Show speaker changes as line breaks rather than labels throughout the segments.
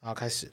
好，开始。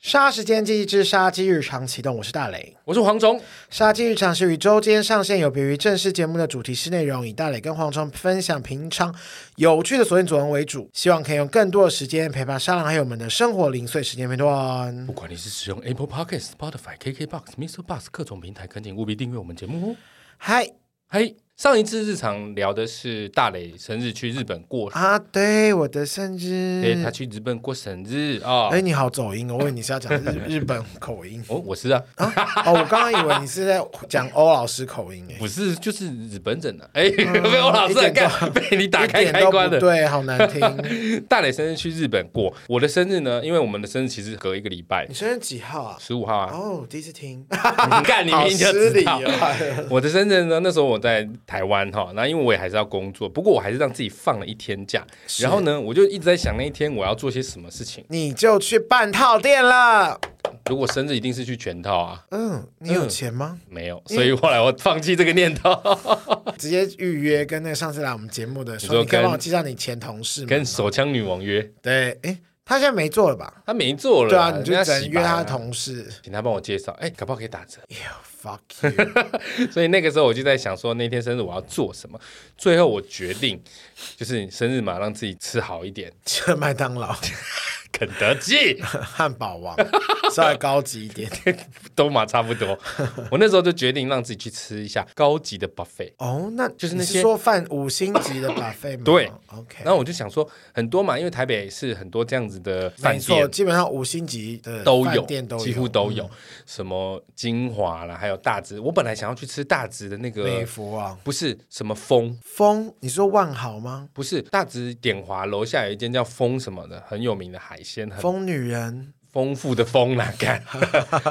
杀时间机之杀鸡日常启动，我是大雷。
我是黄总，
杀鸡日常是与周间上线有别于正式节目的主题式内容，以大磊跟黄忠分享平常有趣的所见所闻为主，希望可以用更多的时间陪伴沙狼还有我们的生活零碎时间片段。
不管你是使用 Apple Podcast、Spotify、KKBox、Mr. Bus 各种平台，恳请务必订阅我们节目哦。
嗨
嗨，上一次日常聊的是大磊生日去日本过，
啊，对我的生
哎、他
日，
去日本过生日啊、
哎，你好走音哦，我以为你是要讲日日本口音
哦，我是啊，
啊，哦，我刚刚以为你是在讲欧老师口音哎
不是就是日本人啊，哎、 被欧老师来啊干， 被你，打
一
开
点
开
都
关
不
的。
对，好难听。
大磊生日去日本过，我的生日呢？因为我们的生日其实隔一个礼拜
你，生日几号 啊？
十五号啊。
哦，第一次听，
你看，你明
好
明就
失
知
礼
道。
哦。
我的生日呢，那时候我在台湾哈，那因为我也还是要工作，不过我还是让自己放了一天假。
是
然后呢，我就一直在想那一天我要做些什么事情。
你就去办套店了。
如果生日一定是去全套啊，
嗯，你有钱吗？
没有，所以后来我放弃这个念头，
直接预约跟那个上次来我们节目的
你
说，
说
你可以
跟
帮我介绍你前同事吗？
跟手枪女王约，
对，诶，他现在没做了吧？
他没做了
对
啦，
啊，你
人
就
家
只能
洗
约
白
他
啊
的同事。
请他帮我介绍，哎，搞不好可以打折。
y fuck you！
所以那个时候我就在想说，那天生日我要做什么。最后我决定，就是生日嘛，让自己吃好一点，
吃了麦当劳、
肯德基。
汉堡王， 稍微高级一 点。
都嘛差 不多。我那时候就决定让自己去吃一下高级的 buffet。
哦，那
就是那
你
些
说饭五星级的 buffet 吗？
对
，OK
然。后我就想说，很多嘛，因为台北是很多这样子的饭
没错，
店
基本上五星级的
都
饭
有，
店都有，嗯
几乎都有，什么金华啦，还有大直。我本来想要去吃大直的那
美
个，
孚啊。
不是什么风，
风，你说万豪吗？
不是大直典华楼下有一间叫风什么的，很有名的海鲜，很
风女人，
丰富的丰啦， 干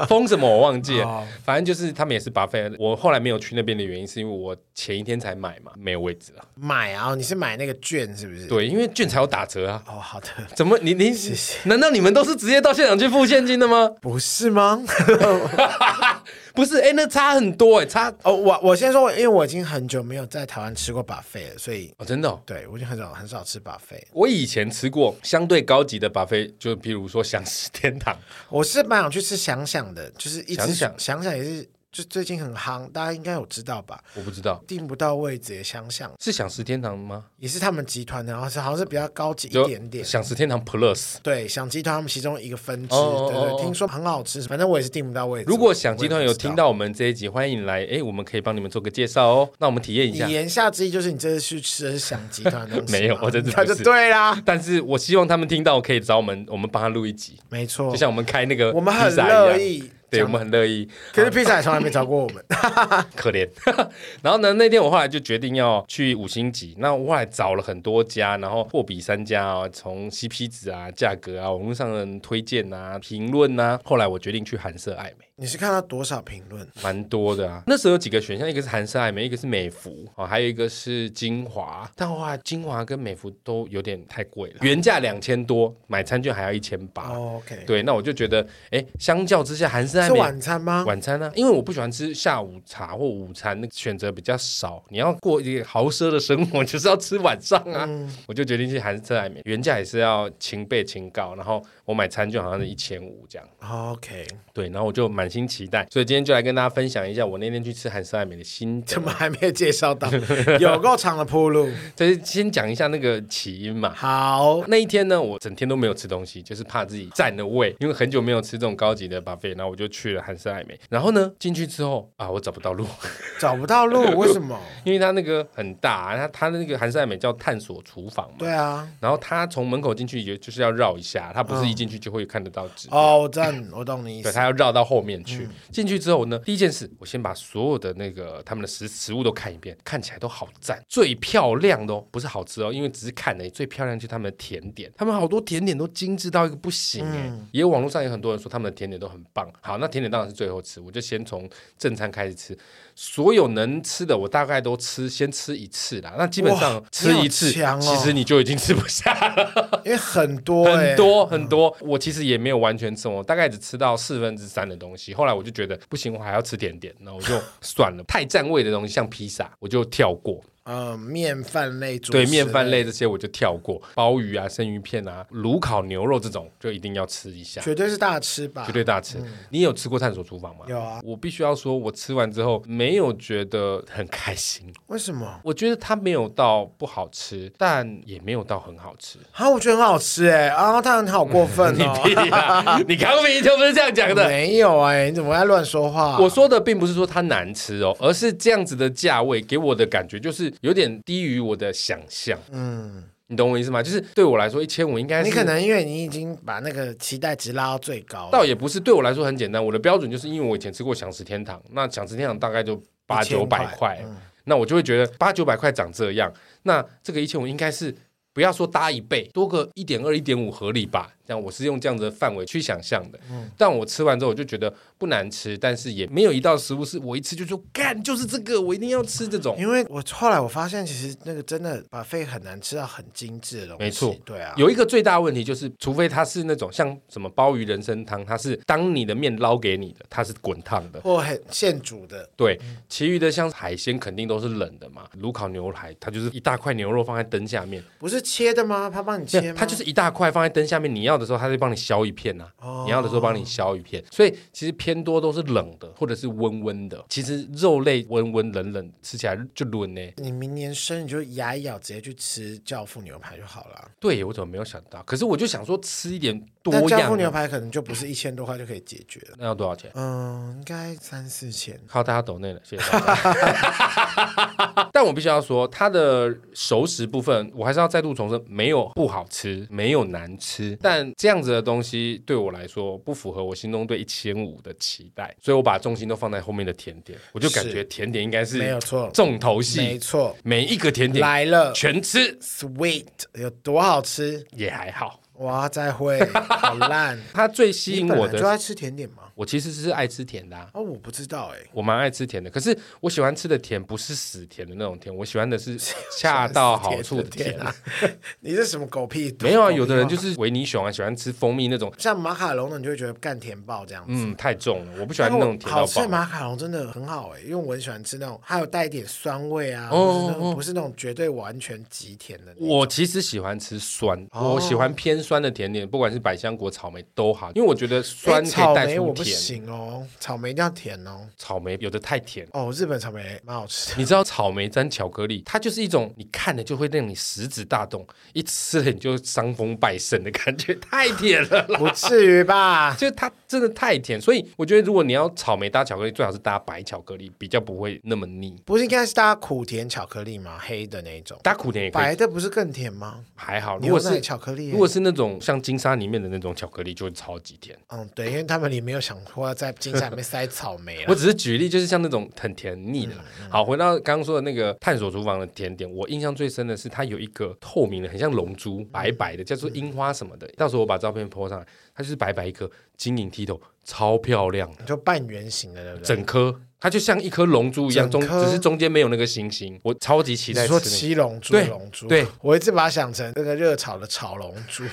丰什么我忘记了
哦，
反正就是他们也是 buffet。我后来没有去那边的原因是因为我前一天才买嘛，没有位置了。
买啊！你是买那个券是不是？
对，因为券才有打折啊。
哦，好的，
怎么你你
谢谢
难道你们都是直接到现场去付现金 的吗？
不是吗？
不是，哎、那差很多哎、差
哦，我我先说，因为我已经很久没有在台湾吃过 buffet 了，所以
哦，真的、哦。
对我已经很少很少吃 buffet。
我以前吃过相对高级的 buffet，就譬如说享食天堂，
我是蛮想去吃想想的，就是一直
想想
想想也是，就最近很夯，大家应该有知道吧？
我不知道
订不到位置也想想，
是享食天堂吗？
也是他们集团的，然后是好像是比较高级
就
一点点。
享食天堂 Plus。
对，想集团他们其中一个分支，
哦哦
对
哦
对，
哦
听说很好吃，反正我也是订不到位置。
如果想集团有
到。
听到我们这一集，欢迎来，哎、我们可以帮你们做个介绍哦。那我们体验一
你
下。
言下之意就是你这次去吃的是想集团的东西吗
没有我真的不
那
是
就对啦，
但是我希望他们听到可以找我们，我们帮他录一集，
没错，
就像我们开那个
哦 我们很
披萨一样
乐，意，
对我们很乐意。
可是披萨也从来没找过我们，
可怜。 然后呢，那天我后来就决定要去五星级，那我后来找了很多家，然后货比三家哦，从 CP 值啊、价格啊、网络上的人推荐啊、评论啊，后来我决定去韩舍爱美。
你是看到多少评 论？
蛮多的啊，那时候有几个选项，一个是韩舍爱美，一个是美孚哦，还有一个是精华。但后来精华跟美孚都有点太贵了，原价两千多，买餐券还要一千八。
哦 OK，
对，那我就觉得，哎，相较之下，韩舍爱
是
美
晚餐吗？
晚餐呢、啊因为我不喜欢吃下午茶或午餐，那个选择比较少。你要过一个豪奢的生活，就是要吃晚上啊。我就决定去韩式爱美，原价也是要勤备勤高，然后我买餐券好像是一千五这样。
哦 OK，
对，然后我就满心期待，所以今天就来跟大家分享一下我那天去吃韩式爱美的心得
怎。么还没有介绍 到？有够长的铺路。
就是先讲一下那个起因嘛。
好，
那一天呢，我整天都没有吃东西，就是怕自己占了胃，因为很久没有吃这种高级的 buffet，然后我就去了韩式爱美。然后呢，进去之后啊，我找不到路，
找不到路，为什 么？
因为它那个很大，它它的那个韩式爱美叫探索厨房嘛。
对啊，
然后它从门口进去也就是要绕一下，它不是一进去就会看得到纸。
哦，我知道你，我懂你意
对，
思。嗯
它要绕到后面去。进去之后呢，第一件事，我先把所有的那个他们的食食物都看一遍，看起来都好赞，最漂亮的哦，不是好吃哦，因为只是看而已。最漂亮就是他们的甜欸
嗯
点，他们好多甜点都精致到一个不行哎、也有网络上有很多人说他们的甜点都很棒。好，好，那甜点当然是最后吃，我就先从正餐开始吃，所有能吃的我大概都吃，先吃一次啦。那基本上
哇
吃一次，
你好强哦
其实你就已经吃不下了。
因为很多、欸、
很多很多，我其实也没有完全吃完，我大概只吃到四分之三的东西。后来我就觉得不行，我还要吃甜点，那我 就算了。太占位的东西，像披萨，我就跳过；
嗯，面饭类主食
对面饭类这些我就跳过，鲍鱼啊、生鱼片啊、炉烤牛肉这种就一定要吃一下。
绝对是大吃吧，
绝对大吃！你有吃过探索厨房吗？
有啊。
我必须要说，我吃完之后没有觉得很 开心。
为什么？
我觉得它没有到不好吃，但也没有到很好 吃。
啊，我觉得很好吃哎、啊，他很好过分
你
哦、
屁啦！你刚明就不是这样讲的。
没有哎、你怎么在乱说话？
我说的并不是说它难吃哦，而是这样子的价位给我的感觉就是有点低于我的想象。
嗯，
你懂我意思吗？就是对我来说，一千五应该是
你可能因为你已经把那个期待值拉到最高了，
倒也不是对我来说很简单。我的标准就是因为我以前吃过享食天堂，那享食天堂大概就八
1000
九百块，
嗯
那我就会觉得八九百块长这样，那这个一千五应该是。不要说搭一倍，多个一点二、一点五合理吧？这样我是用这样子的范围去想象的。
嗯
但我吃完之后，我就觉得不难吃，但是也没有一道食物是我一吃就说干就是这个，我一定要吃这种。
因为我后来我发现，其实那个真的把肺很难吃到很精致的东西。
没错
对啊，
有一个最大问题就是，除非它是那种像什么鲍鱼人参汤，它是当你的面捞给你的，它是滚烫的。
或很现煮的，
对，其余的像海鲜肯定都是冷的嘛，炉烤牛排它就是一大块牛肉放在灯下面，
不是切的吗？他帮你切吗？
它就是一大块放在灯下面，你要的时候它就帮你削一片呐、
哦
你要的时候帮你削一片，所以其实偏多都是冷的或者是温温的，其实肉类温温冷冷吃起来就软呢、
你明年生你就牙一咬，直接去吃教父牛排就好了。
对，我怎么没有想到？可是我就想说吃一点多
但教
样啊
父牛
的，
排可能就不是一千多块就可以解决了，
那要多少钱？
嗯，应该三四千。
靠大家抖内了，谢谢大家。 但我必须要说，它的熟食部分，我还是要再度重申，没有不好吃，没有难吃，但这样子的东西对我来说不符合我心中对一千五的期待，所以我把重心都放在后面的甜点，我就感觉甜点应该
没
是
有错，
重头
没
戏，
错，
每一个甜点
来了
全吃
，sweet 有多好吃？
也还好。
哇，再 会，好烂！
它最吸
你
引
本
我
来就
的，
爱吃甜点吗？
我其实是爱吃甜的、啊。
哦，我不知道哎、
我蛮爱吃甜的，可是我喜欢吃的甜不是死甜的那种甜，我喜欢的是恰到好处的甜。
啊！你是什么狗屁？
没有啊，
狗屁
有的人
话
就是维尼熊啊，喜欢吃蜂蜜那种，
像马卡龙的，你就会觉得干甜爆这样子。
嗯，太重了，我不喜
但
欢
我
那种甜到
好吃的
爆。
马卡龙真的很好哎、因为我很喜欢吃那种，还有带一点酸味啊，
哦
不是那
哦
种不是那种绝对完全极甜的那种。
我其实喜欢吃酸，我喜
哦
欢偏酸的甜点，不管是百香果、草莓都好，因为我觉得酸
哎
可
草
以带
莓
出
我不
甜。
行哦，草莓一定要甜哦。
草莓有的太甜，
哦，日本草莓蛮好吃的。
你知道草莓沾巧克力，它就是一种你看了就会让你食指大动，一吃了你就伤风败肾的感觉，太甜了啦。
不至于吧？
就是它真的太甜，所以我觉得如果你要草莓搭巧克力，最好是搭白巧克力，比较不会那么腻。
不是应该是搭苦甜巧克力吗？黑的那一种，
搭苦甜也可以，
白的不是更甜吗？
还好。如
牛
果
奶
是
巧克力欸、
如果是那种像金沙里面的那种巧克力，就会超级甜。
嗯，对，因为他们也没有想过在金沙里面塞草莓
我
了。
只是举例，就是像那种很甜腻的
嗯
啦。好，回到刚刚说的那个探索厨房的甜点，我印象最深的是它有一个透明的，很像龙珠，白白的，叫做樱花什么的。到时候我把照片 po 上来，它就是白白一颗，晶莹剔透，超漂亮的，
就半圆形的，对不对？
整颗。它就像一颗龙珠一样，中
整颗
只是中间没有那个星星。我超级期
你
待
是
吃
说
那个。
七龙珠，
对
龙珠，
对
我一直把它想成那个热炒的炒龙珠，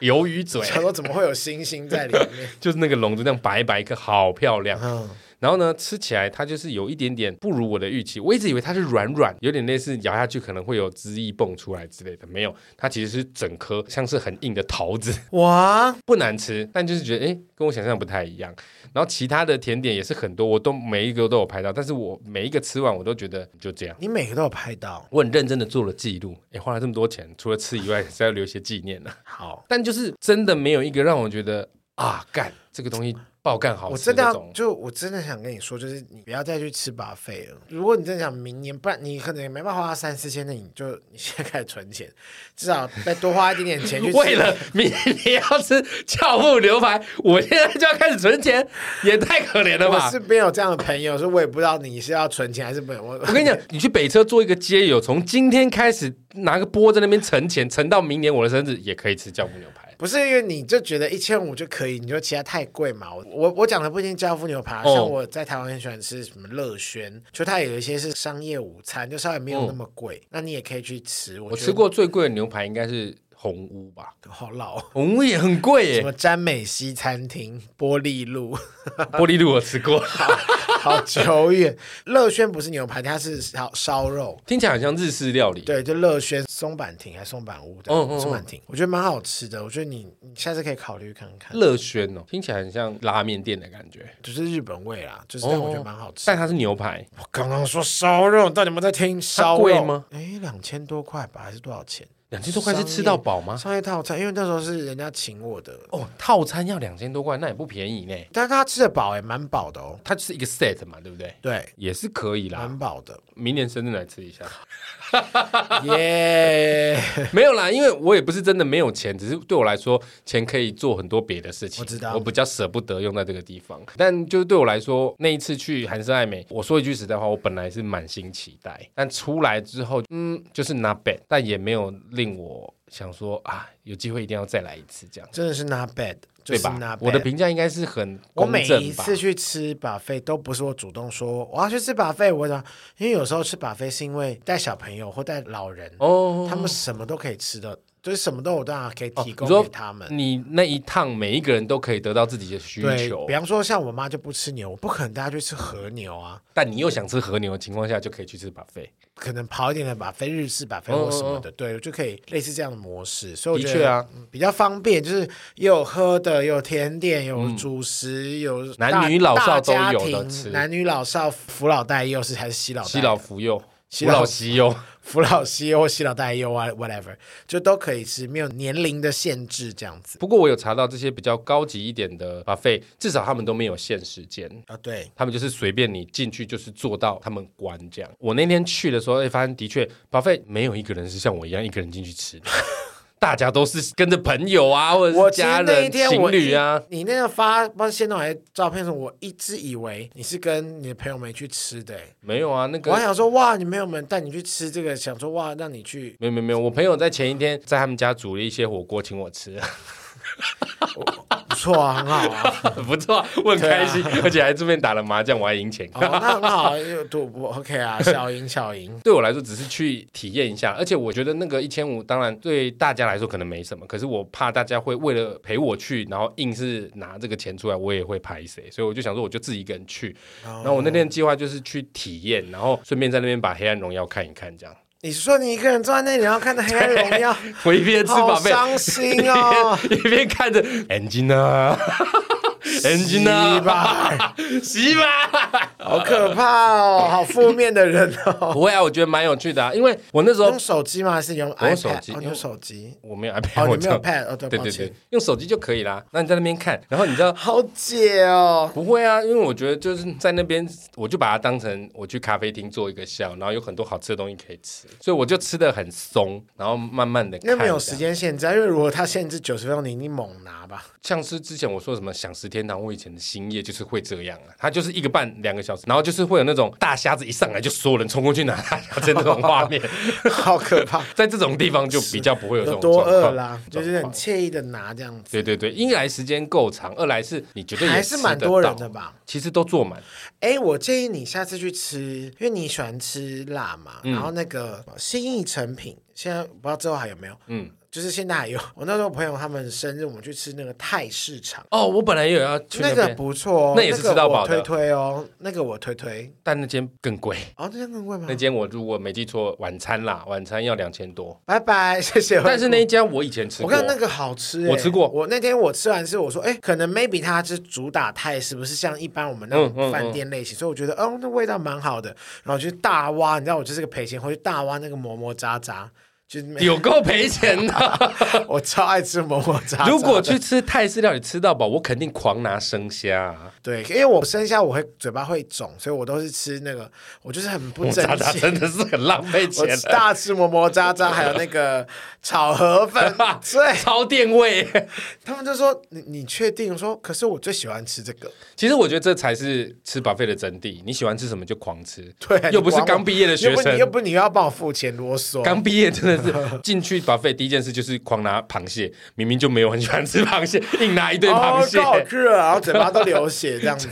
鱿鱼嘴，
想说怎么会有星星在里 面？
就是那个龙珠那样白白一颗，好漂亮。
嗯，
然后呢，吃起来它就是有一点点不如我的预期。我一直以为它是软软，有点类似咬下去可能会有汁液蹦出来之类的，没有，它其实是整颗像是很硬的桃子，
哇，
不难吃，但就是觉得诶，跟我想象不太一样。然后其他的甜点也是很多，我都每一个都有拍到，但是我每一个吃完我都觉得就这样。
你每个都有拍到，
我很认真的做了记录，诶，花了这么多钱，除了吃以外， 还是要留一些纪念的、
好，
但就是真的没有一个让我觉得啊，干这个东西爆干好
我
吃
真的
那
要
种。
就我真的想跟你说，就是你不要再去吃巴菲了。如果你真的想明年，不然你可能也没办法花三四千，那你就你现在开始存钱，至少再多花一点点 钱去吃
为了明年要吃教父牛排，我现在就要开始存钱，也太可怜了
我
吧
是！没有这样的朋友，所以我也不知道你是要存钱还是没有。我
我跟你讲，你去北车做一个街友，从今天开始拿个钵在那边盛钱，盛到明年我的生日也可以吃教父牛排。
不是因为你就觉得一千五就可以，你就其他太贵嘛。我我我讲的不一定家夫牛扒，
哦
像我在台湾很喜欢吃什么乐轩，就它有一些是商业午餐，就稍微没有那么贵，那你也可以去吃。我
哦我
觉
吃
得
过最贵的牛排应该是红屋吧，
好老 哦，
红屋也很贵
什
耶
么。詹美西餐厅、玻璃路，
玻璃路我吃过，
好久远。乐轩不是牛排，它是烧烧肉。
听起来好像日式料理。
对，就乐轩松板亭还是松板屋的，
嗯嗯嗯
松板亭，我觉得蛮好吃的。我觉得你你下次可以考虑看看，
乐轩哦，听起来很像拉面店的感觉，
就是日本味啦，就是
哦
但我觉得蛮好吃的。
但它是牛排，
我刚刚说烧肉，到底有没有在听烧肉
它贵吗？
哎，两千多块吧，还是多少钱？
两千多块是吃到饱吗？
商业套餐，因为那时候是人家请我的，
哦，套餐要两千多块，那也不便宜呢。
但是他吃的饱也蛮饱的哦，
它就是一个 set 嘛，对不对？
对，
也是可以啦，
蛮饱的，
明年生日来吃一下。
耶！
没有啦，因为我也不是真的没有钱，只是对我来说，钱可以做很多别的事情。
我知道
我比较舍不得用在这个地方。但就是对我来说，那一次去韩式爱美，我说一句实在话，我本来是满心期待，但出来之后，嗯，就是 not bad，但也没有令我想说啊，有机会一定要再来一次这样，
真的是 not bad，就是
对
not
吧
bad。？
我的评价应该是很
我
公
每一
正吧
次。去吃把费都不是我主动说我要去吃把费，我想，因为有时候吃把费是因为带小朋友或带老人，
哦，
他们什么都可以吃的，就是什么都有办法可以提供
哦你说
给他们。
你那一趟每一个人都可以得到自己的需
对，
求
比，方说像我妈就不吃牛，我不可能带她去吃和牛啊，
但你又想吃和牛的情况下，就可以去吃 buffet。
可能跑一点的把非日式把非或什么的，对，我就可以类似这样的模式。所以我
嗯的
觉
确
得
啊
嗯比较方便，就是又有喝的，又有甜点，有主食，有
嗯男
大
女老
大
少都
家
有的
庭
吃
男女老少扶老带幼是还是西老带
西老福幼，
西
扶
老
老西幼，
扶老西幼或西老带幼啊，whatever，就都可以吃，没有年龄的限制这样子
不过我有查到这些比较高级一点的 buffet，至少他们都没有限时间。
啊。对，
他们就是随便你进去，就是做到他们关这样。我那天去的时候，哎、发现的确 buffet 没有一个人是像我一样一个人进 去吃的，大家都是跟着朋友啊，或者
我
是
其实
家
那一
人、
天
情
我
侣啊。
一，你那个发不知道现动还是照片的时候，我一直以为你是跟你的朋友们去吃的、欸
没有啊，那
我还
个
想说哇，你朋友们带你去吃这个，想说哇，让你去，
没有没有没有，我朋友在前一天在他们家煮了一些火锅请我吃，
不错啊，很好啊，
不错，我很开心，而且还顺便打了麻将，我还赢钱。
哦、那很好啊，又赌博 OK 啊，小赢小赢，
对我来说只是去体验一下，而且我觉得那个一千五，当然对大家来说可能没什么，可是我怕大家会为了陪我去，然后硬是拿这个钱出来，我也会拍谁，所以我就想说，我就自己一个人去。
哦
然后我那天的计划就是去体验，然后顺便在那边把《黑暗荣耀》看一看，这样。
你是说你一个人坐在那里，然后看着《黑暗荣耀》，
我一边吃
好
宝贝，。
伤心哦
一边一边看着 Angina，Angina，
是吧，
洗吧。
好可怕哦，好负面的人哦。
不会啊，我觉得蛮有趣的啊，因为我那时候
用手机吗？还是用 iPad？
我用手机
哦，你用手机。
我没有 iPad，、
嗯哦，
我
你没有
就
Pad？哦，对，
对
抱
对
歉
对。，用手机就可以啦。那你在那边看，然后你知道
好解哦，
不会啊，因为我觉得就是在那边，我就把它当成我去咖啡厅做一个笑，然后有很多好吃的东西可以吃，所以我就吃的很松，然后慢慢的看。
那没有时，间限制啊，因为如果他限制九十分钟，你一定猛拿吧。
像是之前我说什么享食天堂，我以前的兴业就是会这样啊，它就是一个半两个小时，然后就是会有那种大虾子一上来就所有人冲过去拿大虾子那种画面，
好可怕，
在这种地方就比较 不会有这
有
种
多
状
饿
况
啦，就是很惬意的拿这样子，
对对对，一来时间够长，二来是你绝对也
还是
吃
蛮
得
多人
到
的吧。
其实都坐满，
哎，我建议你下次去吃，因为你喜欢吃辣嘛，然
嗯
后那个新义成品，现在不知道之后还有没有，嗯。 就是现在还有，我那时候朋友他们生日，我们去吃那个泰市场，
哦，我本来也有要去
那
那
个
边，
不错哦，
那也是吃到饱的
那个我推推哦，那个我推推，
但那间更贵。
哦，那个更贵吗
那？间我如果没记错，晚餐啦，晚餐要两 千多。
拜拜，谢谢。
但是那一家我以前吃
我
过，
看那个好吃、欸，
我吃过
我那天我吃完是我说，哎、可能 maybe 它是主打泰式，不是像一般我们那
嗯
种饭店类型，所以我觉得，哦，那味道蛮好的。然后就大挖，你知道我就是个赔钱货，就大挖那个馍馍渣渣，就是 每
有够赔 钱 的。
我超爱吃馍馍渣渣啊的。
如果去吃泰式料理吃到饱，我肯定狂拿生虾、 啊。
对，因为我生下我会嘴巴会肿，所以我都是吃那个，我就是很不
我
争
渣渣啊
气。
真的是很浪费
我
钱
吃
啊，
大吃馍馍渣渣，还有那个炒河 粉，对
超垫位。
他们就说你你确定？我说可是我最喜欢吃这个，
其实我觉得这才是吃 buffet 的真谛，你喜欢吃什么就狂吃。
对啊，
又不是
你管我
刚毕业的学
又不
生
你又不你又要帮我付钱，啰嗦。
刚毕业真的是 进去 buffet 第一件事就是狂拿螃蟹，明明就没有很喜欢吃螃蟹，硬拿一堆螃蟹。
哦、好热，然后嘴巴都流血这样 子。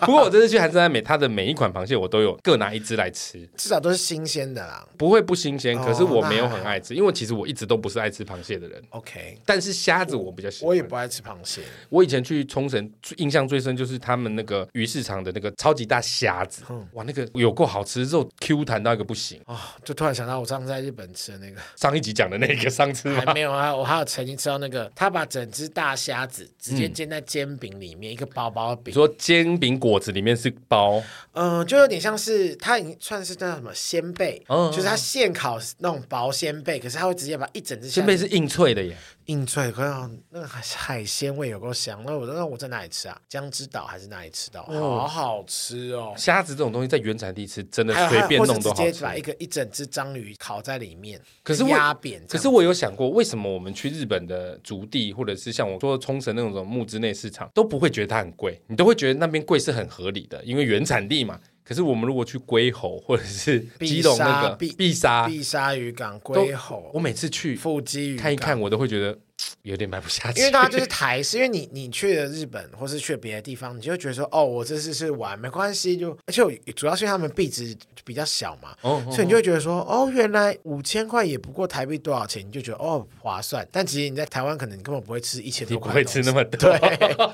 不过我这次去韩式爱美，它的每一款螃蟹我都有各拿一只来吃，
至少都是新鲜的啦。
不会不新鲜。
哦
可是我没有很爱吃，因为其实我一直都不是爱吃螃蟹的人。
OK，
但是虾子我比较喜欢。
我也不爱吃螃蟹。
我以前去冲绳，最印象最深就是他们那个鱼市场的那个超级大虾子，
嗯
哇，那个有够好吃，肉 Q 弹到一个不行。
哦，就突然想到我上次在日本吃的那个，
上一集讲的那个，上次
还
嘛
没有啊，我还有曾经吃到那个，他把整只大虾子直接煎在煎饼里面，一个包包
你
饼，
嗯说煎饼果子里面是包，
嗯、就有点像是它已经算是那叫什么鲜贝，
嗯
就是它现烤那种薄鲜贝，可是它会直接把一整只虾
鲜贝是硬脆的耶。
硬脆，可是那个海鲜味有够香。那我那我在哪里吃啊？江之岛还是哪里吃到？好好吃哦。
虾子这种东西在原产地吃，真的
还有
随便
或是
弄都好
直
吃
接。把一个一整只章鱼烤在里面，
可是我
压扁这样。
可是我有想过，为什么我们去日本的竹地，或者是像我说冲绳那种什么木之内市场，都不会觉得它很贵，你都会觉得那边贵是很合理的，因为原产地嘛。可是我们如果去龟吼或者是基隆那个
必杀
必杀，
碧沙渔港、
都
龟吼、
我每次去
腹肌渔港
看一看，我都会觉得嘖有点买不下去，哦
因为大 家就是台式，因为你你去了日本或是去了别的地方，你就会觉得说，哦，我这次是玩没关系，就而且我主要是因为他们币值比较小嘛，
哦哦
所以你就会觉得说，哦，原来五千块也不过台币多少钱，你就觉得哦划算。但其实你在台湾可能你根本不会吃一千
你
多
不
块，
会吃那。么多，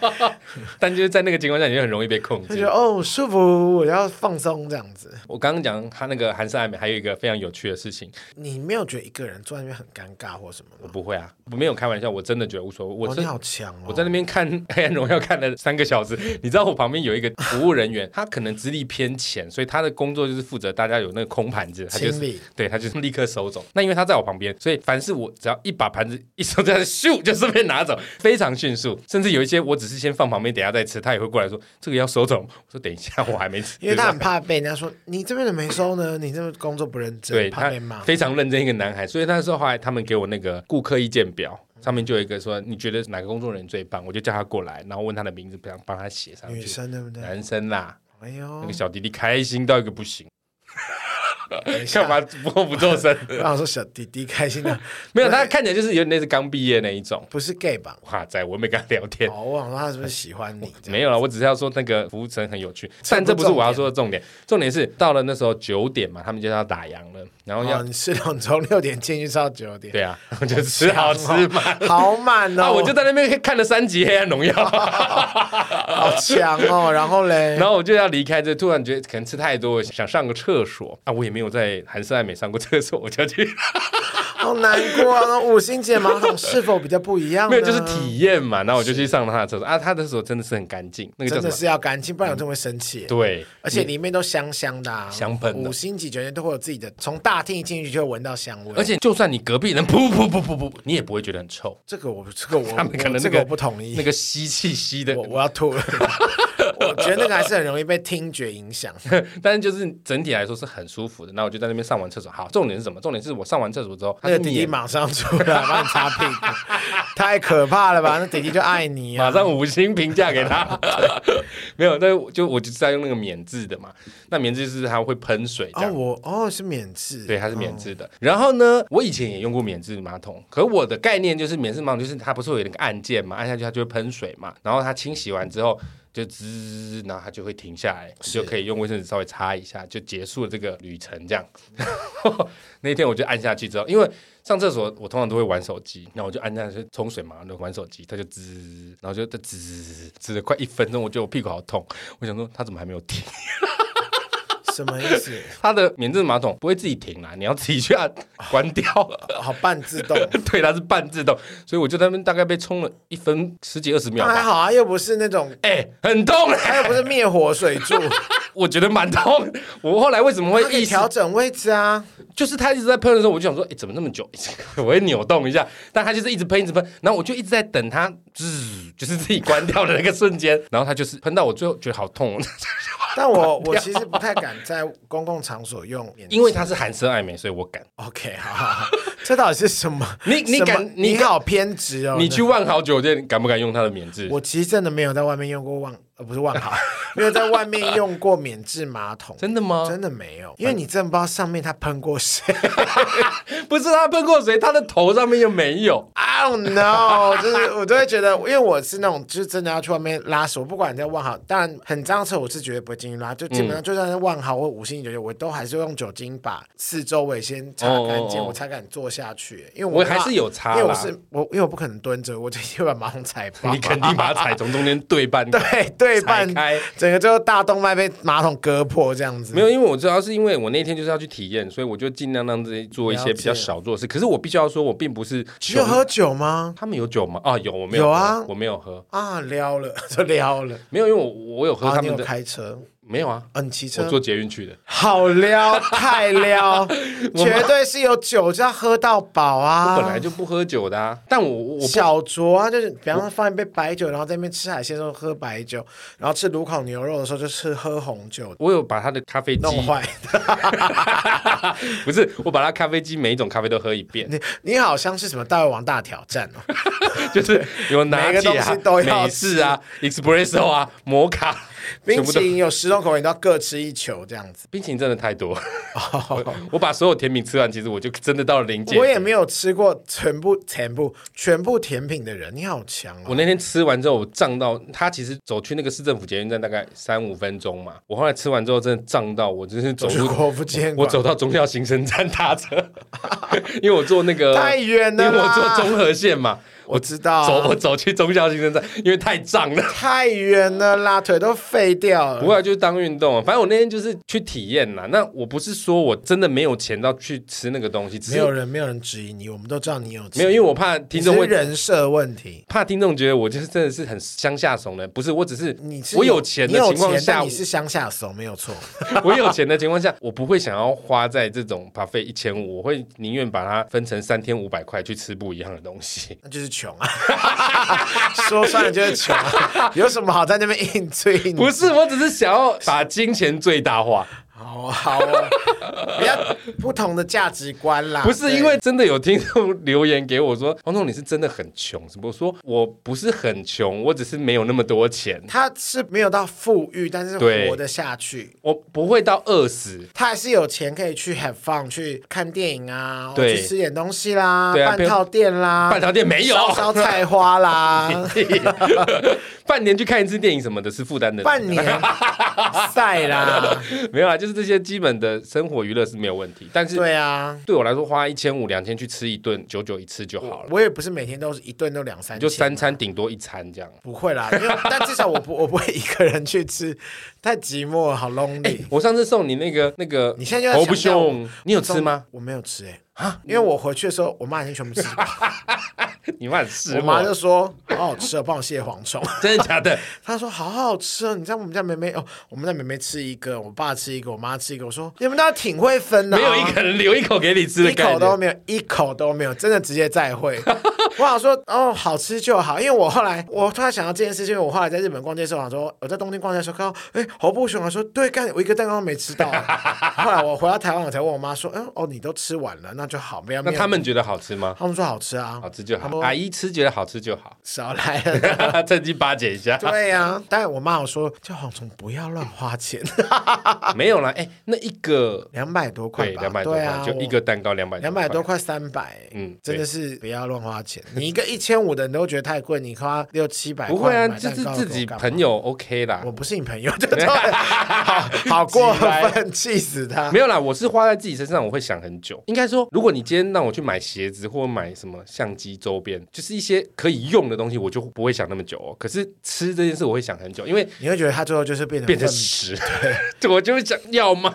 但就是在那个情况下，你就很容易被控
就
制
觉得。哦舒服，我要放松这样子。
我刚刚讲他那个韩式爱美，还有一个非常有趣的事情，
你没有觉得一个人坐在那边很尴尬或什么
我
吗？
不会啊，我没有开玩笑，我真的觉得无所谓。我
哦、
真
你好强哦！
我在那边看《黑暗荣耀》看了三个小时，你知道我旁边有一个服务人员，他可能资历偏浅，所以他的工作就是负责大家有那个空盘子，他就
清
是
理
对他就是立刻收走。那因为他在我旁边，所以凡是我只要一把盘子一收这样 咻就顺便拿走，非常迅速。甚至有一些我只是先放旁边，等一下再吃，他也会过来说这个要收走吗。我说等一下，我还没吃。
因为他很怕被人家说你这边怎么没收呢？你这个工作不认
对
真，怕
他
被骂。
非常认真一个男孩，所以那时候后来他们给我那个顾客意见表，
嗯
上面就有一个说你觉得哪个工作人员最棒，我就叫他过来，然后问他的名字，帮帮他写上
女
去。
生对啊不对？
男生啦，
哎呦
那个，小弟弟开心到一个不行，
等一下
干嘛默不 作声？
我想说小弟弟开心的，
没有，他看起来就是有点类似刚毕业那一种。
不是 gay 吧？
哇塞，我没跟他聊天，
哦，我想说他是不是喜欢 你？这样
没有了，我只是要说那个服务生很有趣，
这
但
不
这不是
重
我要
点
说的重点，重点是到了那时候九点嘛，他们就要打烊了，然后要、
哦，你是从从六点进去到九点，
对啊，我就吃好
哦
吃嘛。
好满
那、
哦，
啊我就在那边看了三集《黑暗荣耀》，
好强哦。 然后嘞
然，后我就要离开，就突然觉得可能吃太多，想上个厕所啊，我也没有在韩式爱美上过厕所，我就要去
好难过啊。那五星级的马桶是否比较不一样呢？
没有，就是体验嘛。然后我就去上他的厕所啊，他的厕所真的是很干净，那个叫
真
什
的
么？
是要干净，不然我真的会生气。
对，
而且里面都香香的、啊，
香喷的
五星级酒店都会有自己的，从大厅一进去就会闻到香味。
而且就算你隔壁人噗噗噗噗噗，你也不会觉得很臭。
这个我这个我
他们可能
我这
那个
个我不同意
那，个吸气吸的
我，我要吐 了。我觉得那个还是很容易被听觉影 响。
但是就是整体来说是很舒服的。那我就在那边上完厕所。好，重点是什么？重点是我上完厕所之后，
那个弟弟
也
马上出来帮你擦屁股，太可怕了吧？那弟弟就爱你啊！
马上五星评价给他。 没有，那我就我就是在用那个免治的嘛。那免治就是它会喷水这
哦，
样。
我哦是免治，
对，它是免治的。然后呢，我以前也用过免治马桶，可我的概念就是免治马桶就是它不是会有那个按键嘛，按下去它就会喷水嘛，然后它清洗完之后就滋，然后它就会停下来，你就可以用卫生纸稍微擦一下，就结束了这个旅程这样。 那天我就按下去之后，因为上厕所我通常都会玩手机，然后我就按下去冲水嘛，然后玩手机，它就滋，然后就它滋滋了快一分钟，我觉得我屁股好痛，我想说它怎么还没有停？
什么意思？
它的免治马桶不会自己停啦，你要自己去按关掉。
好半自 动，
对，它是半自动，所以我就在那边大概被冲了一分十几二十秒
那还
吧。
好啊，又不是那种，
哎、很痛嘞、
它又不是灭火水柱，
我觉得蛮痛的。 我后来为什么
它
会
可
意
以
识，
调整位置啊。
就是它一直在喷的时候，我就想说，哎、怎么那么久？ 我会扭动一下，但它就是一直喷，一直喷。然后我就一直在等它，滋，就是自己关掉的那个瞬间。然后它就是喷到我最后觉得好痛哦，
但我我其实不太敢在公共场所用免治，
因为它是韩式爱美，所以我敢。
OK，好好好， 这到底是什么？
你你
什么
敢
你
你敢
好偏执哦！
你去万豪酒店敢不敢用它的免治？
我其实真的没有在外面用过忘，呃，不是万 豪，因为在外面用过免治马桶，
真的吗？
真的没有，因为你真的不知道上面他喷过谁。
不是他碰过谁，他的头上面又 没有。
I don't know，就是 我都会觉得，因为我是那种就是真的要去外面拉屎，我不管在万豪，当然很脏的厕所我是绝对不会进去拉，就基本
嗯
上就算在万豪或五星级酒店，我都还是用酒精把四周围先擦干净，
哦哦哦
我才敢坐下去，欸因为
我
我
还
怕
是有擦啦
因为我是我，因为我不可能蹲着，我直接把马桶踩爆。
你肯定把它踩从中间对半
对对
踩
半
开。
整个就大动脉被马桶割破这样子，
没有，因为我知道是因为我那天就是要去体验，所以我就尽量让自己做一
了
些
解
比较少做的事。可是我必须要说，我并不是
你
穷
有。喝酒吗？
他们有酒吗？啊，有，我没有
有
喝
啊
我没有喝，
啊，撩了 就撩了，
没有，因为我我有喝
啊，
他
你
们
有
的，
开车，
没有啊，
啊，你骑
我
车，
坐捷运去的。
好撩，太 撩，绝对是有酒就要喝到饱啊！
我本来就不喝酒的啊，但我我不
小酌啊，就是比方说放一杯白酒，然后在那边吃海鲜的时候喝白酒，然后吃卤烤牛肉的时候就吃喝红酒，
我有把他的咖啡机，
弄坏。
不是我把他咖啡机每一种咖啡都喝一遍，
你 你好像是什么大胃王大挑战哦，
就是有拿
每个
铁
东
啊
西都、要
美式啊、espresso 啊、摩卡，
冰
全部
淇
都
淋有十种口味，你都要各吃一球这样子。
冰淇淋真的太多。 我我把所有甜品吃完，其实我就真的到了临界。
哦我也没有吃过全部全部全部甜品的人，你好强
我
哦！
那天吃完之后，我胀到他其实走去那个市政府捷运站大概三五分钟嘛。我后来吃完之后，真的胀到我就是走
我去
路，
国父纪念
我
馆，
走到中校新生站搭车， 因为我坐那个
太远了
因为我
啦
坐中和线嘛，
我知道啊
走我走去中校新生站，因为太胀了。
太远了啦，腿都废掉
不
了。
过就是当运动啊，反正我那天就是去体验啦。那我不是说我真的没有钱到去吃那个东西，只
没
是
有人，没有人质疑你，我们都知道你有钱
没有，因为我怕听众
你
会
是人设问题。
怕听众觉得我就是真的是很乡下怂人，不是，我只是
你是
我有钱的
你有
情况
钱
下
但你，是乡下怂，没有错。
我有钱的情况下，我不会想要花在这种 buffet 一千五，我会宁愿把它分成三天五百块去吃不一样的东西。
那就是穷啊， 说穿了就是穷、啊， 有什么好在那边硬追硬？
不是，我只是想要把金钱最大化，
好嗯啊好啊，比较不同的价值观啦。
不是
对
因为真的有听众留言给我说，黄总你是真的很穷，只不过说我不是很穷，我只是没有那么多钱，
他是没有到富裕，但是
对
活得下去。
我不会到饿死。
他还是有钱可以去 have fun，去看电影啊，
对
去吃点东西啦，
对啊
半套店啦，
半条店没有，
烧烧菜花 啦，
半年去看一次电影什么的，是负担 的。
半年晒 啦，
没有啦，啊就是这些基本的生活娱乐是没有问题，但是
对啊，
对我来说，花一千五两千去吃一顿，久久一次就好了，
我也不是每天都是一顿都两三千，
就三餐顶多一餐这样。
不会啦，因为 但至少我不我不会一个人去吃，太寂寞了，好 lonely。
我上次送哎你那个那个，
你现在就在
不
强调我
凶，你有吃吗？？啊
我没有吃哎、因为我回去的时候，我妈已经全部吃 饱，
你妈很失
我妈就
望，
说好好吃哦，帮我卸蝗虫。
真的假的？
她说好好吃哦，你知道我们家妹妹哦，我们家妹妹吃一个，我爸吃一个，我妈吃一个，我说你们家挺会分的、啊，
没有一个人留一口给你吃的
一
概
口都
念。
没有，一口都没有，真的直接再 会。我想说，哦，好吃就好，因为我后来我突然想到这件事，是因为我后来在日本逛街的时候，我想说我在东京逛街的时候看到，哎，猴不熊，我说对，干，我一个蛋糕都没吃到啊、 后来我回到台湾，我才问我妈说，嗯，哦，你都吃完了，那就好，不要。
那他们觉得好吃吗？
他们说好吃啊，
好吃就
他
好，
们，
阿姨吃觉得好吃就好
少来了。
趁机巴结一下。
对呀、但我妈有说叫蝗虫不要乱花钱，
没有啦，哎，那一个
啊两百多块
对
吧，
两百多块、
啊，
就一个蛋糕两百
两百多块三百，
嗯
嗯，真的是不要乱花钱。你一个一千五的，你都觉得太贵，你花六七百，
不会啊，
买
这
蛋
是
糕
自
给我
己
干嘛
朋，友 OK 啦
我。不是你朋友， 就对了好好过分，气死他。
没有啦，我是花在自己身上，我会想很久。应该说，如果你今天让我去买鞋子或买什么相机周边，就是一些可以用的东西，我就不会想那么久哦。可是吃这件事，我会想很久，因为
你会觉得他最后就是变成
变成
笨
屎， 对，我就会想要 吗？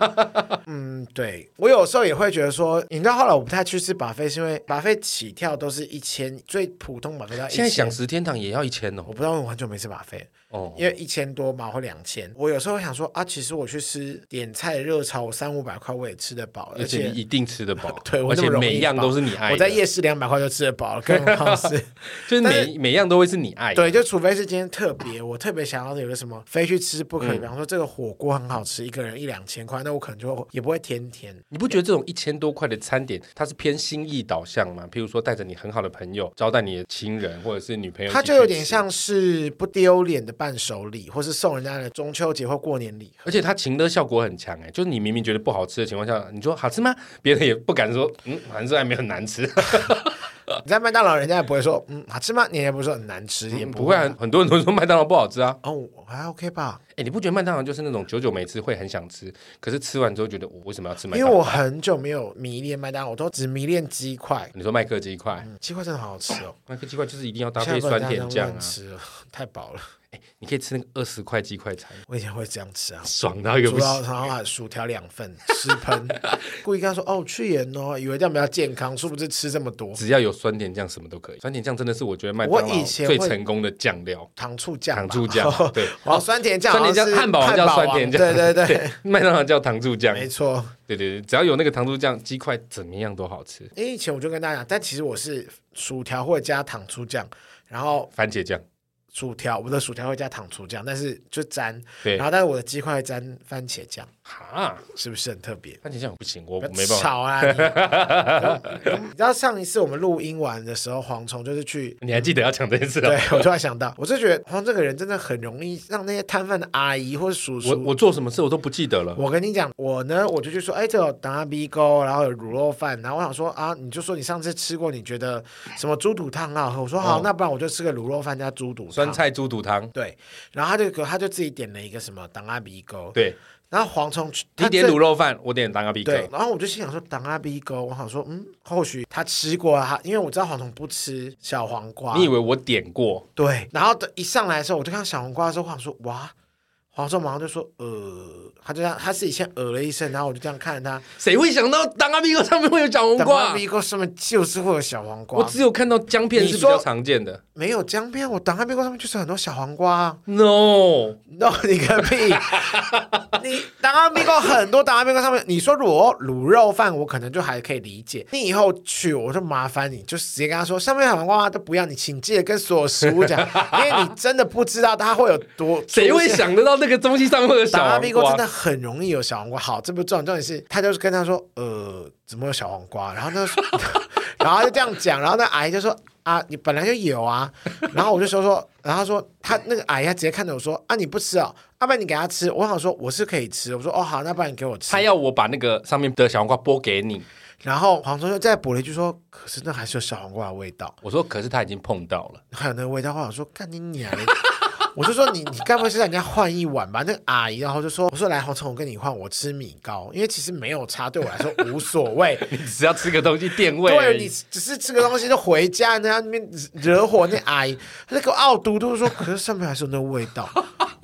嗯，对我有时候也会觉得说，你知道后来我不太去吃把费，是因为把费起跳都是一千，最普通把费要一
现在想
千。
食天堂也要一千哦
我。不知道，因为我很久没吃把费，
哦，
因为一千多嘛或两千，我有时候会想说啊，其实我去吃点菜热炒，我三五百块我也吃得饱，
而
而
且
且，
你一定吃得饱
对我
而
那么
且
容易
每样都是你爱的，
我在夜市两百块就吃得饱了，更何况
哎
是
就是
但
每每样都会是你爱的。
对，就除非是今天特别，我特别想要有个什么非去吃不
嗯
可，比方说这个火锅很好吃，一个人一两千块，那我可能就也不会天天。
你不觉得这种一千多块的餐点，它是偏心意导向吗？譬如说带着你很好的朋友，招待你的亲人或者是女朋友一起去吃，
它就有点像是不丢脸的伴手礼，或是送人家的中秋节或过年礼盒。
而且它情的效果很强哎、就是你明明觉得不好吃的情况下，你说好吃吗？别人也不敢说，嗯，好像是还没有很难吃，
你在麦当劳，人家也不会说嗯好吃吗？你也不会说很难吃， 也
呃不
会
会
啊
啊。很多人都说麦当劳不好吃啊。
哦，我还 OK 吧，
哎、你不觉得麦当劳就是那种久久没吃会很想吃，可是吃完之后觉得我为什么要吃麦
因为
当劳？
我很久没有迷恋麦当劳，我都只迷恋鸡块。
你说麦克鸡块，
嗯鸡块真的好好吃哦，
麦克鸡块就是一定要 搭
现在
配
不能
酸甜酱啊！
吃了， 太饱了。
你可以吃那个二十块鸡块餐，
我以前会这样吃啊，
爽到一个
主
不行。
要然后还薯条两份， 吃喷，故意跟他说哦去盐哦，以为这样比较健康，殊不知吃这么多
只要有酸甜酱，什么都可以。酸甜酱真的是我觉得麦当
我以
劳
前
最
会
成功的酱料，
糖醋酱吧，
糖醋酱 对
然后酸甜酱好像是，
酸甜酱汉堡王叫酸甜酱
汉堡王对对对，
麦当劳叫糖醋酱。
没错。
对对对，只要有那个糖醋酱，鸡块怎么样都好吃。
因为以前我就跟大家讲，但其实我是薯条会加糖醋酱，然后
番茄酱，
薯条我的薯条会加糖醋酱，但是就沾，
对
然后但是我的鸡块会沾番茄酱，
哈，
是不是很特别？
番茄酱不行，我
不要
没办法。
吵啊！你你 知道上一次我们录音完的时候，蝗虫就是去
你还记得要讲这件事
对
啊？，
我突然想到，我就觉得哦黄这个人真的很容易让那些摊贩的阿姨或者叔叔。
我我做什么事我都不记得了。
我跟你讲，我呢，我就去说，哎，这有达比沟，然后有卤肉饭，然后我想说啊，你就说你上次吃过，你觉得什么猪肚汤很好喝，我说好，
哦
那不然我就吃个卤肉饭加猪肚汤
酸。菜猪肚汤，
对，然后他就给他就自己点了一个什么达比沟，
对
然后蝗虫
你
他
点
这
卤肉饭，我点当阿比克
对，，然后我就心想说，当阿 B 沟，我想说，嗯，或许他吃过啊，他因为我知道黄虫不吃小黄瓜，
你以为我点过？
对，然后等一上来的时候，我就看到小黄瓜的时候，我想说哇，黄虫马上就说呃，他就这样，他自己先呃了一声，然后我就这样看着他，
谁会想到当阿比克上面会有小黄
等
瓜
到？一个上面就是会有小黄
我
瓜，
只有看到姜片
你
是比
说
较常见的。
没有姜片，我挡在面瓜上面就是很多小黄瓜、啊。
No，
no，你个 屁！你当阿面瓜很多，当阿面瓜上面，你说如果卤肉饭，我可能就还可以理解。你以后去，我就麻烦你，就直接跟他说，上面小黄瓜都不要，你请记得跟所有食物 讲，因为你真的不知道它会有多。
谁会想得到那个东西上面会有小
打拉
黄
屁股真
瓜
的？很容易有小黄瓜。好，这不重点，重点是他就是跟他说，呃，怎么有小黄瓜？然后他就， 然后他就这样讲，然后那阿姨就说啊，你本来就有啊。然后我就说说，然后他说他那个阿姨她直接看着我说啊，你不吃哦，要、不然你给他吃。我想说我是可以吃，我说哦好，那不然你给我吃
他。要我把那个上面的小黄瓜剥给你，
然后黄忠就再补了一句说，可是那还是有小黄瓜的味道，
我说可是他已经碰到 了，
还有那个味道。我想说干你娘嘞！ 我就说你你该不会是让人家换一碗吧？那个阿姨，然后就说我说来黄虫，我跟你换，我吃米糕，因为其实没有差，对我来说无所 谓。
你只要吃个东西垫胃而
对你
已。
只是吃个东西就回家，然后那边惹火那阿姨，她就给我傲嘟嘟说，可是上面还是有那味道。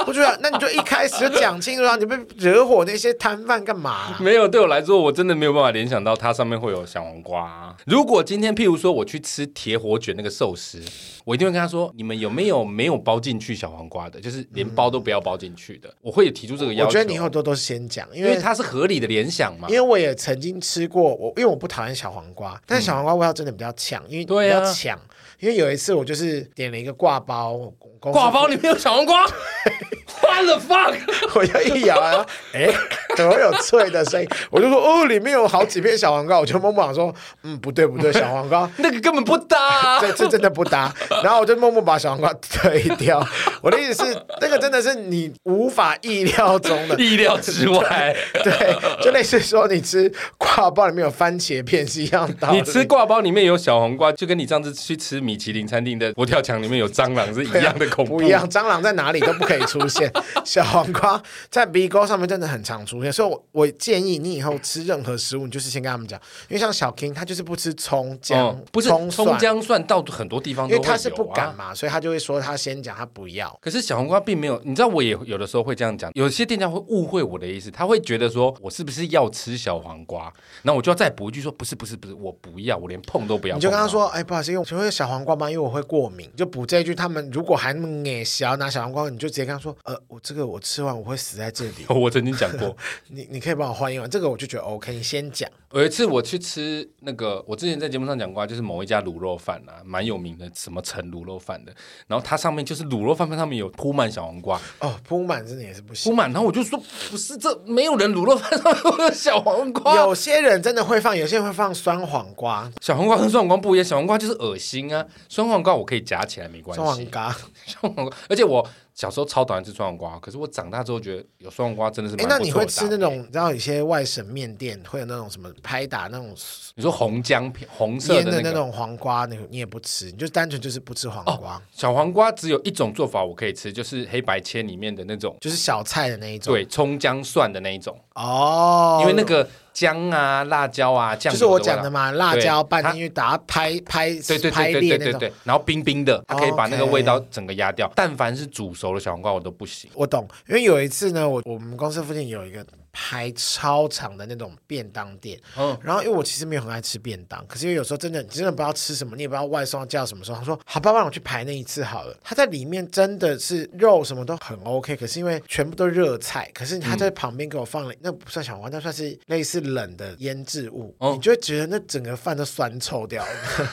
我觉得那你就一开始就讲清楚啊，你被惹火那些摊贩干嘛啊、
没有，对我来说，我真的没有办法联想到它上面会有小黄瓜啊、如果今天，譬如说我去吃铁火卷那个寿司，我一定会跟他说：“你们有没有没有包进去小黄瓜的？就是连包都不要包进去的。我会提出这个要
我
求。
觉得你以后都都先讲，因
因为
为。
它是合理的联想嘛
因。为我也曾经吃过，我因为我不讨厌小黄瓜，但是小黄瓜味道真的比较呛，因为
嗯对
比
啊
较呛。因为有一次我就是点了一个挂包，我公司
挂包里面有小黄瓜， 换了 fuck，
我就一咬， 然后哎，怎么有脆的声音？我就说哦，里面有好几片小黄瓜，我就默默想说，嗯，不对不对，小黄 瓜。
那个根本不搭、啊。
这这真的不搭，然后我就默默把小黄瓜推掉。我的意思是，那个真的是你无法意料中 的，
意料之外，
对，就类似说你吃挂包里面有番茄片是一样的道理。
你吃挂包里面有小黄瓜，就跟你上次去吃米其林餐厅的佛跳墙里面有蟑螂是一样的恐怖。
不一样，蟑螂在哪里都不可以出 现。小黄瓜在鼻沟上面真的很常出现，所以我我建议你以后吃任何食物，你就是先跟他们讲，因为像小 King 他就是不吃葱姜、
嗯不是
葱蒜
葱，姜蒜到很多地方
因
都
为
会有
他是不敢
啊。
嘛，所以他就会说他先讲他不要。
可是小黄瓜并没有，你知道我也有的时候会这样讲，有些店家会误会我的意思，他会觉得说我是不是要吃小黄瓜，那我就要再补一句说不是不是不是，我不要，我连碰都不要。，
你就跟他，说，哎，不好意思，因为我请问有小黄瓜吗？因为我会过敏，就补这一句。他们如果还那么野小拿小黄瓜，你就直接跟他说，呃，我这个我吃完我会死在这里
我曾经讲过，
你你可以帮我换一碗。这个我就觉得 OK，你先讲。
有一次我去吃那个，我之前在节目上讲过啊，就是某一家卤肉饭啊，蛮有名的，什么陈卤肉饭的。然后它上面就是卤肉饭上面有铺满小黄瓜，
哦，铺满真的也是不行
铺。满。然后我就说不是，这没有人卤肉饭上面会有小黄瓜。
有些些人真的会放，有些人会放酸黄瓜、
小黄瓜跟酸黄瓜不一样，小黄瓜就是恶心啊，酸黄瓜我可以夹起来没关
酸黄
系。
瓜。
酸黄瓜，而且我小时候超讨厌吃酸黄瓜，可是我长大之后觉得有酸黄瓜真的是
哎、
蛮
那
不
你
错
会
的啊
吃那
搭配
种？你知道有些外省面店会有那种什么拍打那种
你说红姜片红色
腌
的
的那
那个
种黄瓜，你你也不吃，你就单纯就是不吃黄瓜，
小黄瓜，只有一种做法我可以吃，就是黑白切里面的那种，
就是小菜的那一种。
对，葱姜蒜的那一种，
哦，
因为那个姜啊、辣椒啊、酱
就
油
是我
味道
讲的。嘛，辣椒
对
拌
它
进去，打拍拍
对对
拍
对
裂
对
那
对对
种。哦
对，然后冰冰的，它可以把那个
OK
味道整个压掉。但凡是煮熟的小黄瓜，我都不行。
我懂，因为有一次呢，我我们公司附近有一个排超长的那种便当店，
嗯，
然后因为我其实没有很爱吃便当，可是因为有时候真的你真的不知道吃什么，你也不知道外送要叫什么时候，他说好吧，不然我去排那一次好了。他在里面真的是肉什么都很 OK，可是因为全部都热菜，可是他在旁边给我放了、那不算小黄瓜，那算是类似冷的腌制物，
哦
你就会觉得那整个饭都酸臭掉了。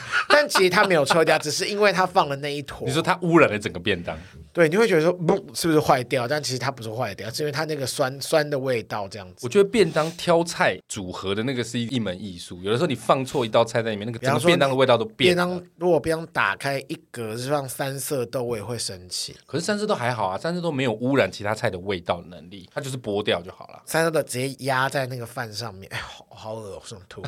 但其实他没有臭掉，只是因为他放了那一坨。
你说它污染了整个便当，
对，你会觉得说不是不是坏掉，但其实它不是坏掉，是因为它那个酸酸的味道这样子
我。觉得便当挑菜组合的那个是一门艺术。有的时候你放错一道菜在里面，那个
比
整
方
个
说
便当的味道都
便
变了。
当如果便当打开一格是放三色豆，我也会生气。
可是三色豆还好啊，三色豆没有污染其他菜的味道能力，它就是剥掉就好了。
三色豆直接压在那个饭上面，哎，好好恶心，想 吐，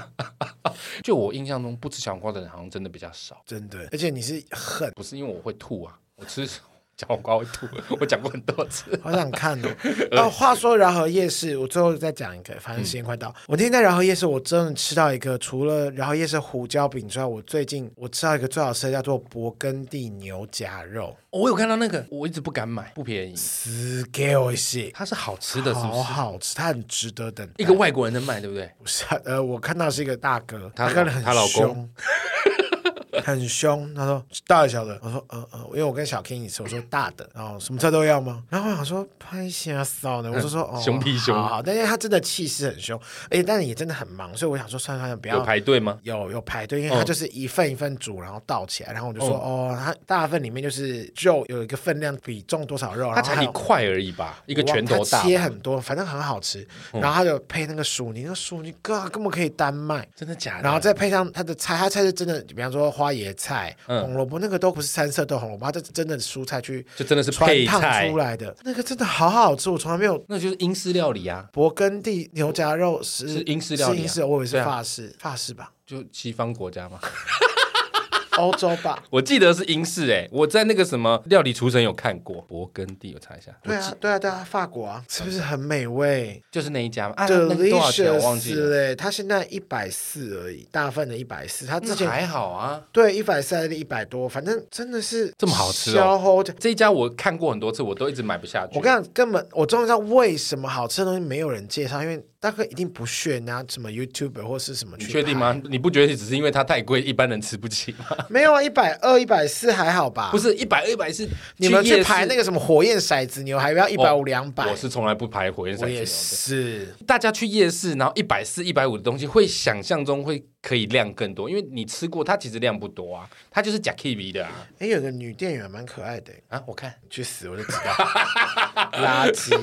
就我印象中，不吃小黄瓜的人好像真的比较少，
真的。而且你是很，
不是因为我会吐啊，我吃小黄瓜会吐， 我讲过很多次。
好想看 哦。哦，话说饶河夜市，我最后再讲一个，反正时间快
嗯
到。我那天在饶河夜市，我真的吃到一个除了饶河夜市胡椒饼之外，我最近我吃到一个最好吃的叫做勃艮第牛夹肉，
我有看到那个，我一直不敢买，不便宜，
死给我一些。
它是好吃的，是不
好
是？
好吃，它很值得等待。
一个外国人在卖，对不对？
不是啊呃，我看到是一个大哥，
她
他可能很
她老
凶，很凶。他说大的小的，我说嗯嗯，因为我跟小 King 一起，我说大的，然后什么菜都要吗？然后我想说拍下骚呢，我就说哦，
凶屁凶
好好，但是他真的气势很凶，而且但是也真的很忙，所以我想说算了算了，不
有
要。
排队吗？
有有排队，因为他
嗯
就是一份一份煮，然后倒起来，然后我就说、哦，它大份里面就是肉有一个分量比重多少肉，然
它
后
才
还
一
有
块而已吧，一个拳头
它
大，嗯
切很多，反正很好吃。然后它就配那个薯泥，那个薯泥哥根本可以单卖。
真的假的？
然后再配上它的菜，它菜是真的，比方说花椰菜、
嗯
红萝卜，那个都不是三色豆红萝卜，它是真的蔬菜去
就真的是
穿
配
烫
菜
出，来的，那个真的好好吃，我从来没有。
那就是英式料理啊，
勃艮第牛夹肉是
是英式料理啊
是英式，我以为是
对啊
法式，法式吧，
就西方国家嘛。。
欧洲吧
我记得是英式哎、我在那个什么料理厨神有看过，勃艮第，我查一下，
对啊，对啊，对啊，法国啊，是不是很美味
就是那一家嘛。啊，那个多少钱我忘记
？Delicious
了，
嘞，它现在一百四而已，大份的一百四，它之
那
前
还好啊。
对，一百三还是一百多，反正真的是
这么好吃哦
消齁
这一家我看过很多次，我都一直买不下去。
我跟你讲，根本我终于知道为什么好吃的东西没有人介绍，因为大哥一定不屑拿什么 YouTube 或是什么去。
你确定？吗？你不觉得只是因为它太贵，一般人吃不起吗？
没有啊，一百二、一百四还好吧？
不
是，
是一百二百是
你们去排那
个，
个什么火焰骰子牛，还要一百五、两百。
我是从来不排火焰
我
山
也
的。
是，
大家去夜市，然后一百四、一百五的东西，会想象中会可以量更多，因为你吃过，它其实量不多啊，它就是假 K B 的啊
哎，有个女店员蛮可爱的，
啊！我看
去死 我就知道，垃圾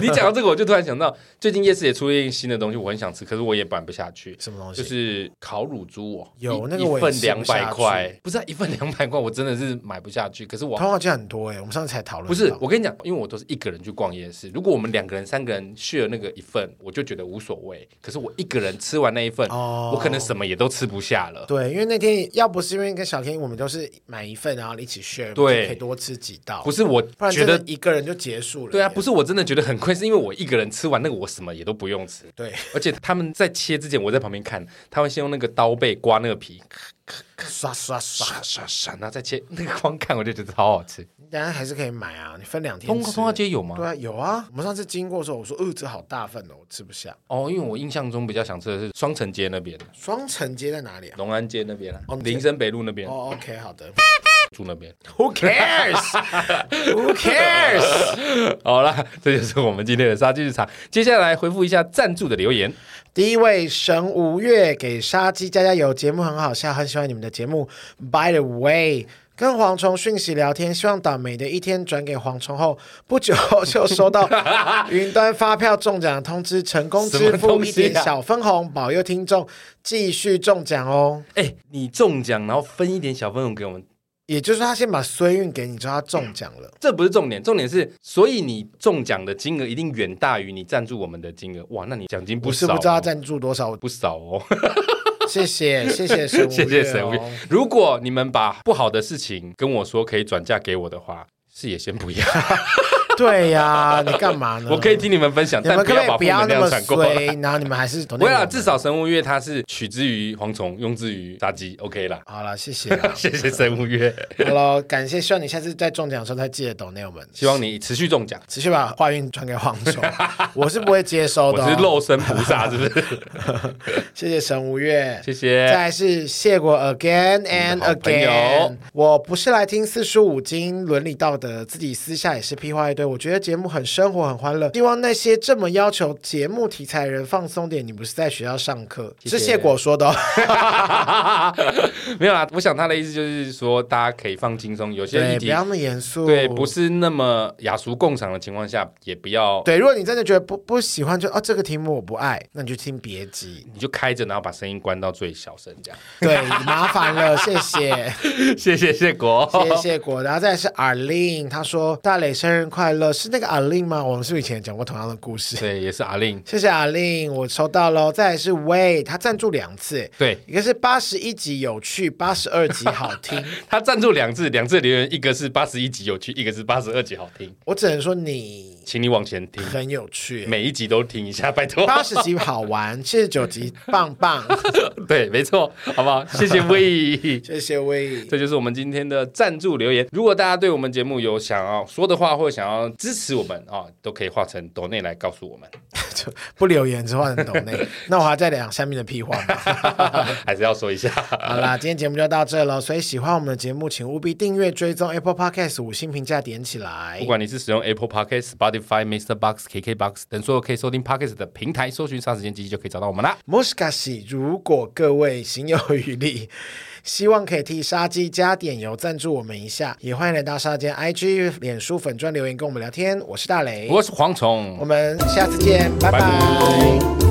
你讲到这个，我就突然想到，最近夜市也出现新的东西，我很想吃，可是我也买不下去。
什么东西？
就是烤乳猪哦，
有
一
那个我也
一份
吃
两
不下
百
去
块，不是、啊、一份两百块，我真的是买不下去。可是我
通话就很多哎，我们上次才讨论
不
到。
是，我跟你讲，因为我都是一个人去逛夜市。如果我们两个人、三个人 share 那个一份，我就觉得无所谓。可是我一个人吃完那一份，
哦
我可能什么也都吃不下了。
对，因为那天要不是因为跟小天，我们都是买一份，然后一起 share，
对
我们就可以多吃几道。
不是我
不然
觉
觉得
得，
一个人就结束了。
对啊，不是我真的觉得很亏，是因为我一个人吃完那个，我什么也都不用吃。
对，
而且他们在切之前，我在旁边看，他们先用那个刀背刮那个皮，
刷刷刷
唰，唰唰，然后再切。那个光看我就觉得好好吃。
你等一下还是可以买啊，你分两天
通
吃。
通化街有吗？
对啊，有啊。我们上次经过的时候，我说，呃，这好大份哦，我吃不下。
哦，因为我印象中比较想吃的是双城街那边、
双城街在哪里啊？
隆安街那边啊
哦，
林森北路那边。
哦，OK，好的。
住那边。
Who cares？Who cares？
好啦，这就是我们今天的杀鸡日常。接下来回复一下赞助的留言。
第一位神无月给杀鸡加加油，节目很好笑，很喜欢你们的节目。By the way。跟蝗虫讯息聊天，希望倒霉的一天转给蝗虫后，不久后就收 到云端发票中奖的通知，成功
什
支
么
付
东
一
西啊
点小分红，保佑听众继续中奖哦。
哎、你中奖，然后分一点小分红给我们，
也就是说，他先把衰运给你，之后他中奖了。
这不是重点，重点是，所以你中奖的金额一定远大于你赞助我们的金额。哇，那你奖金不
我是
少、哦，
不知道他赞助多少，我
不少哦。
谢 谢谢谢神无月、哦，
谢谢神无月。如果你们把不好的事情跟我说，可以转嫁给我的话，是也先 不要，
对呀、你干嘛呢？
我可以听你们分享，
你
但
们可
要把
不可以
负
不要
能
那
量
么
传过来。
衰？然后你们还是懂
不
那
会
个。
啦，至少神无月它是取之于蝗虫，用之于杀鸡，OK 啦。。
好了，谢谢啦
谢谢神无月，
好了，感谢，希望你下次在中奖的时候再记得懂内我们。
希望你持续中奖。
持续把话运传给黄 总，我是不会接收
我
的、
是
哦。
肉身菩萨，是不是？
谢谢神无月。
谢谢
再。来是谢国 again and
我们的好朋友
again。我不是来听四书五经、伦理道德，自己私下也是屁话一堆。我觉得节目很生活、很欢乐，希望那些这么要求节目题材的人放松点。你不是在学校上课，
谢谢
是谢果说的、哦。
没有啦，我想他的意思就是说，大家可以放轻松，有些议
对，不
题
要那么严肃。
对不是那么雅俗共赏的情况下，也不要
对，如果你真的觉得不不喜欢，就哦这个题目我不爱，那你就听别集。
你就开着，然后把声音关到最小声，这样。
对，麻烦了，谢谢，
谢谢谢国，
谢谢果。然后再来是 Arlene，她说大磊生日快乐，是那个 Arlene 吗？我们是不是以前也讲过同样的故事？
对，也是阿令，
谢谢 Arlene，我收到喽。再来是 Way，他赞助两次，
对
一个是八十一集有趣，八十二集好 听。
他赞助两次，两次留言，一个是八十一集有趣，一个是八十二集好听，
我只能说你
请你往前听，
很有趣，
每一集都听一下，拜托。
八十集好玩，七十九集棒棒。
对，没错，好不好？谢谢魏。
谢谢 Way。
这就是我们今天的赞助留言。如果大家对我们节目有想要说的话，或者想要支持我们啊、都可以化成抖内来告诉我们，
就不留言之换抖内，那我还在讲下面的屁话 吗？
还是要说一下。
好啦，今天节目就到这了，所以喜欢我们的节目，请务必订阅、追踪 Apple Podcast 五星评价点起来
不。管你是使用 Apple Podcast、Spotify、Mr. Box、KK Box 等所有可以收听 Podcast 的平台，搜寻“杀时间机器”就可以找到我们啦。
莫斯卡西，如果各位行有余力，希望可以替杀鸡加点油，赞助我们一下。也欢迎来到杀鸡 IG、脸书粉专留言跟我们聊天。我是大雷，
我是蝗虫，
我们下次见，拜
拜
拜
拜